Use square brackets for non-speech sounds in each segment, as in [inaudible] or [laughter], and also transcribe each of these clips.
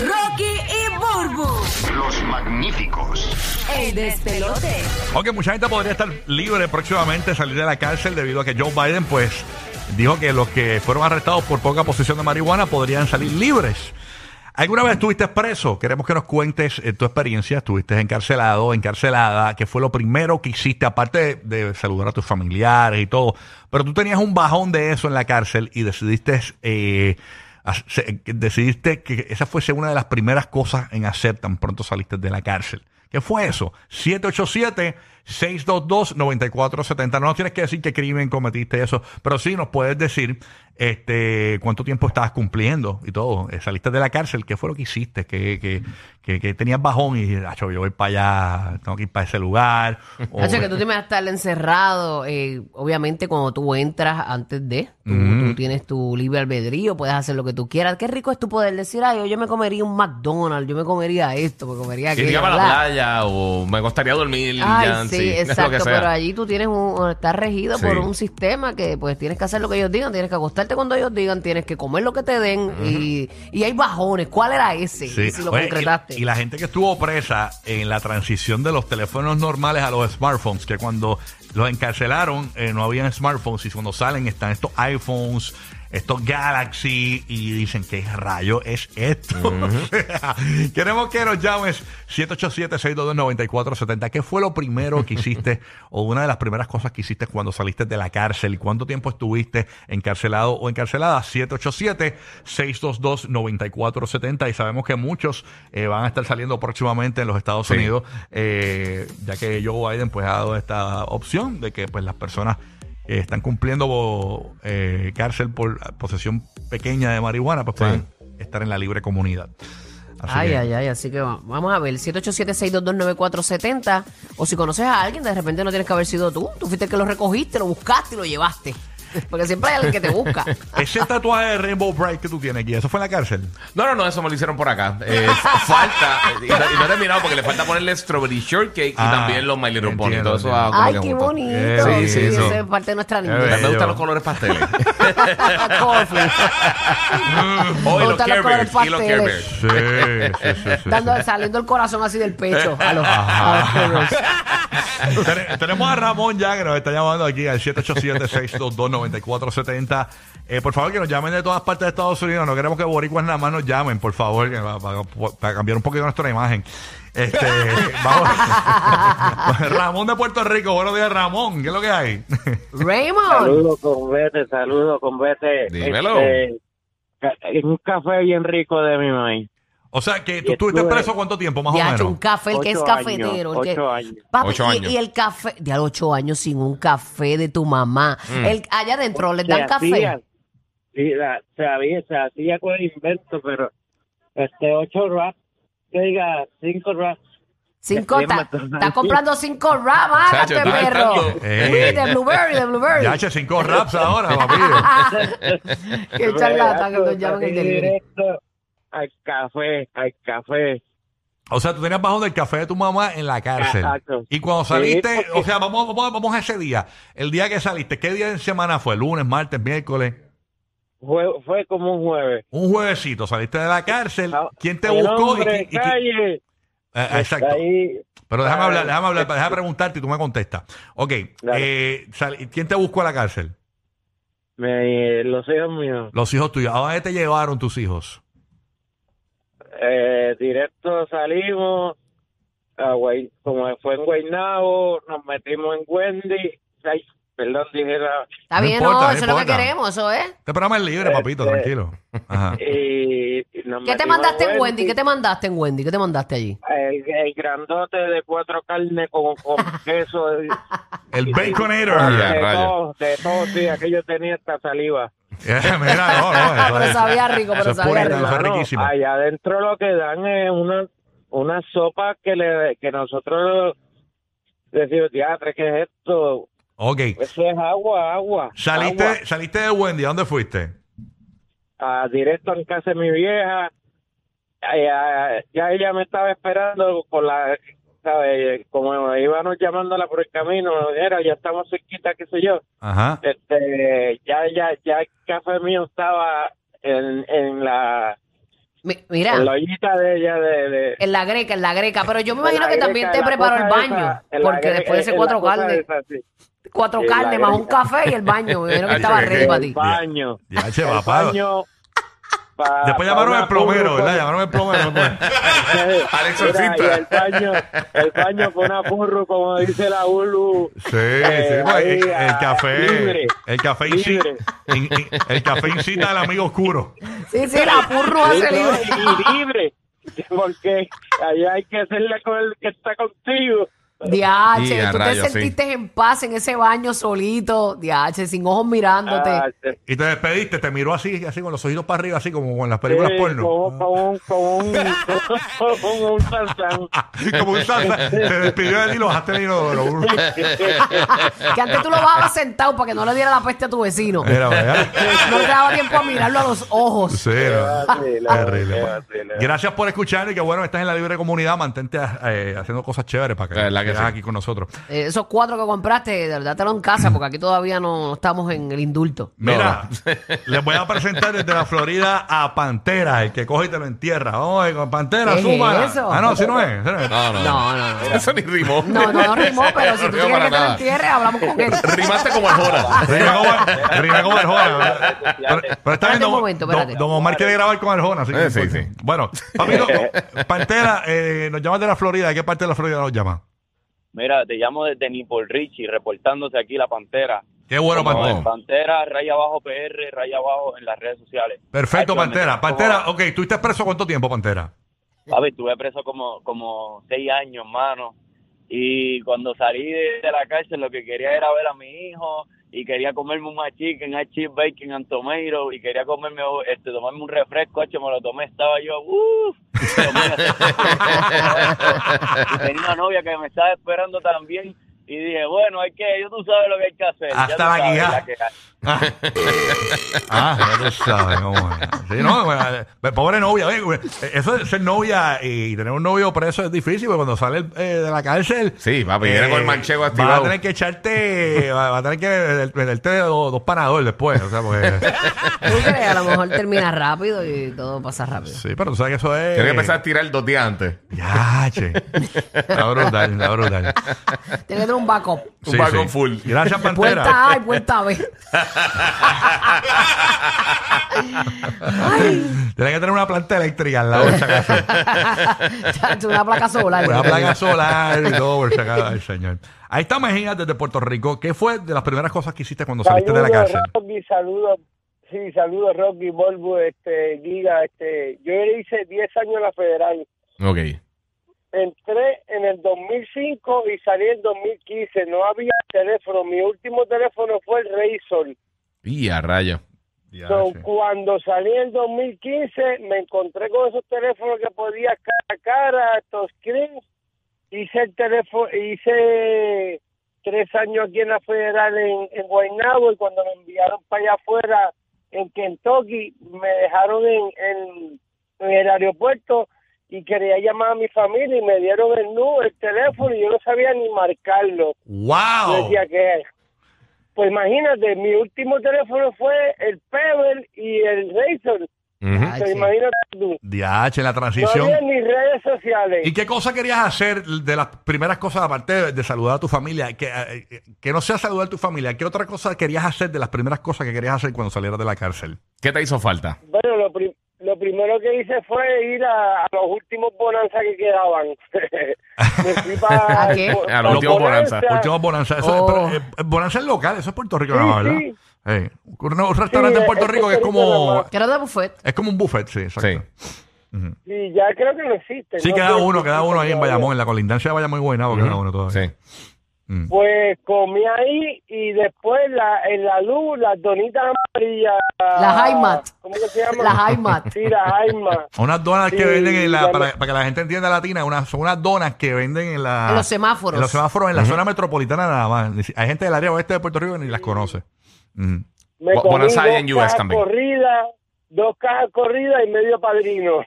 Rocky y Burbu, Los magníficos. el despelote. Aunque mucha gente podría estar libre próximamente, salir de la cárcel debido a que Joe Biden, pues, dijo que los que fueron arrestados por poca posesión de marihuana podrían salir libres. ¿Alguna vez estuviste preso? Queremos que nos cuentes eh, tu experiencia. Estuviste encarcelado, encarcelada. ¿Qué fue lo primero que hiciste? Aparte de, de saludar a tus familiares y todo. Pero tú tenías un bajón de eso en la cárcel y decidiste, eh, hace- que decidiste que esa fuese una de las primeras cosas en hacer tan pronto saliste de la cárcel. ¿Qué fue eso? 787-622-9470. No nos tienes que decir qué crimen cometiste eso, pero sí nos puedes decir este, cuánto tiempo estabas cumpliendo y todo. Eh, Saliste de la cárcel, ¿qué fue lo que hiciste? Que, que, que, que tenías bajón y, "Acho, yo voy para allá, tengo que ir para ese lugar. O- Hacho, que tú te vas a estar encerrado. eh, obviamente, cuando tú entras antes de, tú, tú tienes tu libre albedrío, puedes hacer lo que tú quieras. Qué rico es tu poder decir, ay, yo me comería un McDonald's, yo me comería esto, me comería aquello. Iría para la ¿verdad? playa o me gustaría dormir y ya, Ay, sí, sí, [laughs] lo que exacto, sea. pero allí tú tienes un, estás regido Sí. por un sistema que pues tienes que hacer lo que ellos digan, tienes que acostarte cuando ellos digan, tienes que comer lo que te den y, y hay bajones. ¿Cuál era ese? Sí. Si lo Oye, y- concretaste. Y, la gente que estuvo presa en la transición de los teléfonos normales a los smartphones, que cuando los encarcelaron eh, no habían smartphones y cuando salen están estos iPhones, estos Galaxy y dicen, ¿qué rayo es esto? [laughs] O sea, Queremos que nos llames 787-622-9470. ¿Qué fue lo primero que hiciste [laughs] o una de las primeras cosas que hiciste cuando saliste de la cárcel? ¿Cuánto tiempo estuviste encarcelado o encarcelada? 787-622-9470. Y sabemos que muchos eh, van a estar saliendo próximamente en los Estados Sí. Unidos, eh, ya que Joe Biden pues, ha dado esta opción de que pues, las personas que están cumpliendo bo- eh, cárcel por posesión pequeña de marihuana, pues pueden estar en la libre comunidad. Así Ay, que- ay, ay, así que va- vamos a ver, 787-622-9470, o si conoces a alguien, de repente no tienes que haber sido tú, tú fuiste el que lo recogiste, lo buscaste y lo llevaste, porque siempre hay alguien que te busca. Ese tatuaje de Rainbow Bright que tú tienes aquí, ¿eso fue en la cárcel? No, no, no, eso me lo hicieron por acá. Eh, [laughs] falta, y no, y no he terminado porque le falta ponerle strawberry shortcake Ah, y también los My Little Pony. entiendo, Todo eso entiendo. va como Ay, que qué junto. bonito, Qué sí, sí, bello. eso es parte de nuestra Qué Me niñez. bello. gustan los [laughs] colores pasteles. Corflakes. Oh, Me y los gustan Care los colores Bears. Y los Care pasteles. Bears. Sí, sí, sí. Dando- saliendo el corazón así del pecho a los, Ajá. a los perros. Tene- Tenemos a Ramón ya que nos está llamando aquí al 787-622-9470. Eh, por favor, que nos llamen de todas partes de Estados Unidos. No queremos que boricuas nada más nos llamen, por favor, que va- va- para, cambiar un poquito nuestra imagen. Este, vamos. [laughs] Ramón de Puerto Rico. Buenos días, Ramón. ¿Qué es lo que hay? [laughs] Raymond. Saludos con vete, saludos con vete. Dímelo. Este, ca- un café bien rico de mi maíz. o sea, que tú estuviste Estuve- preso cuánto tiempo, más o Ya, menos. un café, el que es Ocho cafetero. años, el que- ocho años. Papi, Ocho y, años. y el café, ya ocho años sin un café de tu mamá. El, allá adentro les pues dan Se café. hacía- sí, la- se había, se hacía con el invento, pero este ocho rap, que diga cinco rap. Cinco, Sí, está McDonald's. está comprando cinco ramas, Chacho, este está perro. gastando. Sí, de Blueberry, de Blueberry. Eh, Ya, eché cinco raps ahora, [laughs] papi. Qué charlatán que nos llaman el delivery. directo al café, al café. O sea, tú tenías bajón del café de tu mamá en la cárcel. Ah, Exacto. Y cuando Sí, saliste, porque- o sea, vamos, vamos, vamos a ese día. El día que saliste, ¿qué día de semana fue? ¿Lunes, martes, miércoles? Fue, fue como un jueves. Un juevesito, saliste de la cárcel. ¿Quién te Ah, El buscó? y hombre qui- y qui- calle, Eh, exacto. Ahí, Pero déjame Ah, hablar, déjame hablar, déjame preguntarte y tú me contestas. Ok, eh, sal- ¿quién te buscó a la cárcel? me, los hijos míos, Los hijos tuyos. ¿A dónde te llevaron tus hijos? eh, directo salimos, a Guay- como fue en Guaynabo, nos metimos en Wendy, ay, perdón, dije la- Está No bien, importa, no, no eso es lo que importa. queremos, eso ¿eh? es. Este programa es libre, papito, Este- tranquilo. Ajá. y, y nos ¿Qué te metimos mandaste en Wendy? ¿Qué te mandaste en Wendy? ¿Qué te mandaste allí? El, el grandote de cuatro carnes con, [laughs] con queso, y- El Ah, Baconator. ya. de rayos. todo, de todo, sí, aquello tenía hasta saliva. [laughs] Eh, Mira, no, no. eso Pero es- sabía rico, pero eso es sabía puritano, eso rico. es Hermano, riquísimo. allá adentro lo que dan es una, una sopa que le que nosotros decimos, diatre, ¿qué es esto? Ok. Eso es agua, agua. Saliste, Pues, agua". saliste de Wendy, ¿a dónde fuiste? Ah, directo en casa de mi vieja. Ay, ah, ya ella me estaba esperando con la, ¿sabes? Como íbamos llamándola por el camino, era, ya estamos cerquita, qué sé yo. Ajá. Este, ya, ya, ya el café mío estaba en, en la Mi- mira, En la ollita de ella de... de- en la greca, en la greca. Pero yo me en la imagino que greca, también en te la preparó el cosa baño. esa, en la Porque greca, después de en ese la cuatro cosa carnes, esa, sí. cuatro en la carnes más un greca. café y el baño. Me imagino que Ay, estaba yo ready creo para que- ti. baño. [laughs] Ya, che, El papá. baño pa- Después pa llamaron una al plomero, público- ¿verdad? Llamaron al plomero. [laughs] pues. [laughs] Al Mira, y el exorcista. baño, el baño fue una burro, como dice la Ulu. Sí, sí, pues, ahí, el, el ah, café, libre, el café incita, libre. in- in- el café incita al amigo oscuro. Sí, sí, la purro Sí, hace no, libre. y libre, porque allá hay que hacerle con el que está contigo. Y Diache, a tú te rayos, sí. sentiste en paz en ese baño solito, diache, sin ojos mirándote. Ah, sí, Y te despediste, te miró así, así con los ojitos para arriba, así como en las películas Como, porno. como un, como un, [laughs] como un tarzán. Ah, como un [laughs] salsa, te despidió de ti y los hasta que antes tú lo bajabas sentado para que no le diera la peste a tu vecino. Era, ¿verdad? No te daba tiempo a mirarlo a los ojos. Sí, era. Ah, sí, la- Terrible. la- la- la- Gracias por escucharnos y que bueno, estás en la libre comunidad. Mantente eh, haciendo cosas chéveres para que Verdad que estés sí. aquí con nosotros. Eh, esos cuatro que compraste, de verdad, te en casa porque aquí todavía no, no estamos en el indulto. Mira, No. [laughs] les voy a presentar desde la Florida a Pantera, el que coge y te lo entierra. Oye, con Pantera, ¿Qué es suma. eso? Ah, no, si no es. sí no es. No, no, no. No, no, no. [laughs] Eso ni rimó. No, no, no [laughs] rimó, pero si tú rimó quieres que para te lo nada. entierres, hablamos con él. Rimaste [laughs] como Arjona. Rima como, rima como [laughs] Arjona. Pero, pero está Espérate bien, un don, momento, don- espérate. don Omar quiere grabar con Arjona. Así que Eh, sí, pues, sí. Bueno, [laughs] papito, Pantera, eh, nos llamas de la Florida. ¿De qué parte de la Florida nos llamas? Mira, te llamo desde Nipol Richie, reportándose aquí la Pantera. Qué bueno, Como Pantera. es, Pantera, raya abajo PR, raya abajo en las redes sociales. Perfecto, Actualmente, Pantera. como- Pantera, oh. ok, ¿tú estás preso cuánto tiempo, [laughs] Pantera? Papi, estuve preso como, como seis años, mano. Y cuando salí de, de la cárcel, lo que quería era ver a mi hijo y quería comerme un machicken, a chip bacon and tomato y quería comerme, este, tomarme un refresco, hecho, me lo tomé, estaba yo, [laughs] uff. y tenía una novia que me estaba esperando también y dije, bueno, hay que, yo tú sabes lo que hay que hacer. ya Hasta tú la sabes, guija. la que hay. Ah, ah, ya tú sabes cómo es. Sí, no, bueno, eh, pobre novia. oye, güey, eh, Eso de ser novia y tener un novio preso es difícil, porque cuando sale eh, de la cárcel. Sí, papi, viene con el manchego Va a activado. tener que echarte. Va va a tener que meterte dos, dos panadores después. O sea, [laughs] porque- ¿Tú crees? A lo mejor termina rápido y todo pasa rápido. sí, pero tú sabes que eso es. Tienes que empezar a tirar dos [laughs] días antes. Ya, che. Está brutal, está brutal. Tiene que tener un backup. Un vagón full. Gracias, Pantera. Puerta A y puerta B. Tienes que tener una planta eléctrica al lado de esa casa. Chacho, una placa solar. [laughs] Una placa Pues solar y todo por sacar al señor. Ahí está Mejía desde Puerto Rico. ¿Qué fue de las primeras cosas que hiciste cuando saliste de la Saludos, cárcel? Rocky, saludos. Sí, saludos, Rocky, Volvo, este, Giga, este. Yo le hice 10 años en la federal. Ok. Entré en el 2005 y salí en 2015. No había teléfono. Mi último teléfono fue el Razor. Y a rayo. Ya, So, sí. cuando salí en 2015, me encontré con esos teléfonos que podía cara a cara, estos screens. Hice el teléfono, hice tres años aquí en la federal en, en Guaynabo y cuando me enviaron para allá afuera en Kentucky, me dejaron en, en- en el aeropuerto y quería llamar a mi familia y me dieron el nu, el teléfono y yo no sabía ni marcarlo. Yo ¡Wow! decía que pues imagínate, mi último teléfono fue el Pebble y el Razor. Ujú. Pues imagínate tú. Diache, la No transición. había ni redes sociales. ¿Y qué cosa querías hacer de las primeras cosas, aparte de, de saludar a tu familia? Que, eh, eh, que no sea saludar a tu familia. ¿Qué otra cosa querías hacer de las primeras cosas que querías hacer cuando salieras de la cárcel? ¿Qué te hizo falta? Bueno, lo, pri- lo primero que hice fue ir a, a los últimos bonanzas que quedaban. [laughs] Me fui [laughs] para... ¿A qué? A los últimos bonanzas. Última bonanza. Eso, Oh. pero, eh, bonanza es local, eso es Puerto Rico, Sí, nada más, ¿verdad? sí. Eh, un, un restaurante Sí, en Puerto es Rico que es Puerto Rico nada como. más. Que era de buffet. Es como un buffet, sí, exacto. Sí. Y ya creo que no existe. Sí, no queda sé si uno, queda existe uno ahí en todavía. Bayamón, en la colindancia de Bayamón y Guaynabo, queda uno todavía. Sí. Pues comí ahí y después la, en la luz las donitas amarillas. Las Heimat. ¿Cómo que se llama? Las Heimat. Sí, las Heimat. Unas donas que Sí, venden en la, ya para, me- para que la gente entienda latina, unas, son unas donas que venden en la... En los semáforos. Ah. En los semáforos, en la zona metropolitana nada más. Ni si- Hay gente del área oeste de Puerto Rico que ni las conoce. Ujú. Me Bu- comí Buenos dos Aires en US cajas también. corridas, dos cajas corridas y medio padrino.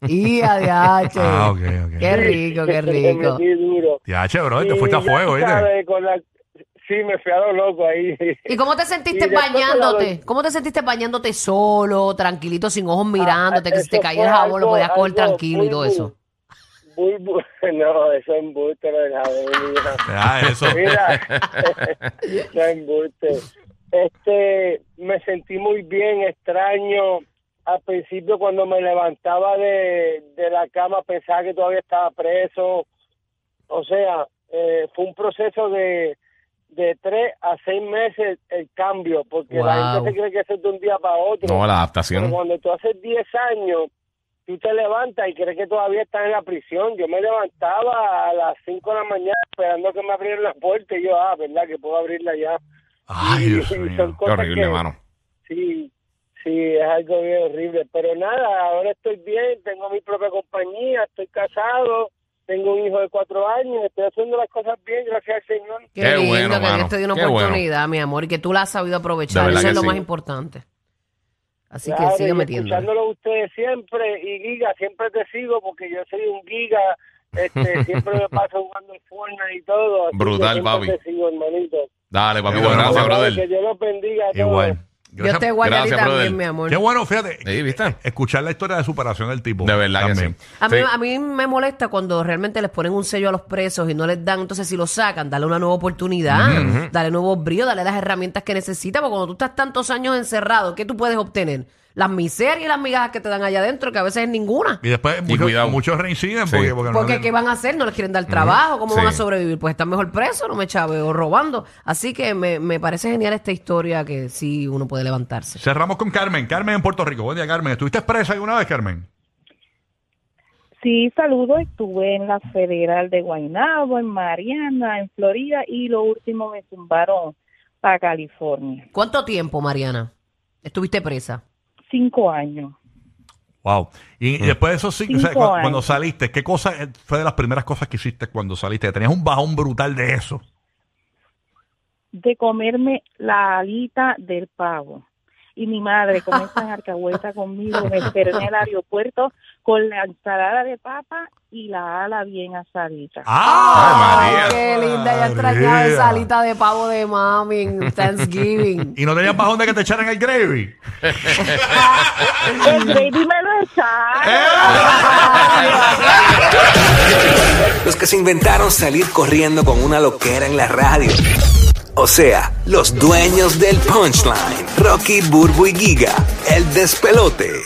Y a diache. Ah, ok, ok. [laughs] Qué rico, qué Me rico. metí duro. Ya, che, bro, te Y fuiste a ya fuego, ¿viste? sabes, con la- sí, me fui a lo loco ahí. ¿Y cómo te sentiste Eh, Y después me la bañándote? doy. Ah, ¿Cómo te sentiste bañándote solo, tranquilito, sin ojos mirándote, que si Ah, te eso caía el fue jabón lo algo- podías coger algo tranquilo y muy, todo muy- eso? muy bu- [laughs] no, eso es embuste lo del jabón, mija. Ah, eso. Mira, no embuste. Este, me sentí muy bien, extraño. Al principio cuando me levantaba de, de la cama pensaba que todavía estaba preso. O sea, eh, fue un proceso de, de tres a seis meses el cambio, porque la Wow. gente se cree que eso es de un día para otro. No, la Pero adaptación. cuando tú haces 10 años, tú te levantas y crees que todavía estás en la prisión. Yo me levantaba a las 5 de la mañana esperando que me abrieran la puerta y yo, ah, ¿verdad? Que puedo abrirla ya. Ay, Y- Dios [laughs] y mío. son Qué cosas horrible, que- mano. Sí, sí, es algo bien horrible. Pero nada, ahora estoy bien, tengo mi propia compañía, estoy casado, tengo un hijo de cuatro años, estoy haciendo las cosas bien, gracias al Señor. Qué, Qué lindo bueno, que mano. Dios te dio una Qué bueno. oportunidad, mi amor, y que tú la has sabido aprovechar. De verdad Eso es que lo sí. más importante. Así Claro, que sigue y metiéndole. Escuchándolo a ustedes siempre y Giga, siempre te sigo porque yo soy un Giga, [laughs] este, siempre me paso jugando en Fortnite y todo. así que Brutal, siempre papi. Te sigo, hermanito. Dale, papito, Qué bueno, gracias, papá. Que brother. Dios los bendiga a todos. Igual. Yo te Gracias. guardo a ti gracias, también, brother. mi amor. Qué bueno, fíjate. eh, Sí, ¿viste? Escuchar la historia de superación del tipo. De verdad que también. sí. A mí, Sí. a mí me molesta cuando realmente les ponen un sello a los presos y no les dan, entonces si lo sacan, dale una nueva oportunidad, dale nuevos bríos, dale las herramientas que necesitas, porque cuando tú estás tantos años encerrado, ¿qué tú puedes obtener? Las miserias y las migajas que te dan allá adentro, que a veces es ninguna. Y después Y muchos, cuidado. muchos reinciden Sí. porque, porque, no Porque le- ¿qué van a hacer? No les quieren dar trabajo, ¿cómo Sí. van a sobrevivir? Pues están mejor presos, no me chaveo, robando. Así que me, me parece genial esta historia que sí uno puede levantarse. Cerramos con Carmen. Carmen en Puerto Rico. Buen día, Carmen. ¿Estuviste presa alguna vez, Carmen? Sí, saludo. Estuve en la Federal de Guaynabo, en Mariana, en Florida y lo último me zumbaron para California. ¿Cuánto tiempo, Mariana? ¿Estuviste presa? Cinco años. Wow. Y, y Mm. después de esos cinco, o sea, cu- Cinco cuando, años. saliste, ¿qué cosa eh, fue de las primeras cosas que hiciste cuando saliste? Tenías un bajón brutal de eso. de comerme la alita del pavo. Y mi madre comienza en arcahueta conmigo, me esperé en el aeropuerto con la ensalada de papa y la ala bien asadita. Ah. Ay, María. qué linda! Ya extrañaba María. esa alita de pavo de mami en Thanksgiving. Y no tenías bajón de que te echaran el gravy. El baby me lo Eh, echaron. [laughs] Los que se inventaron salir corriendo con una loquera en la radio. O sea, los dueños del punchline. Rocky, Burbu y Giga. El despelote.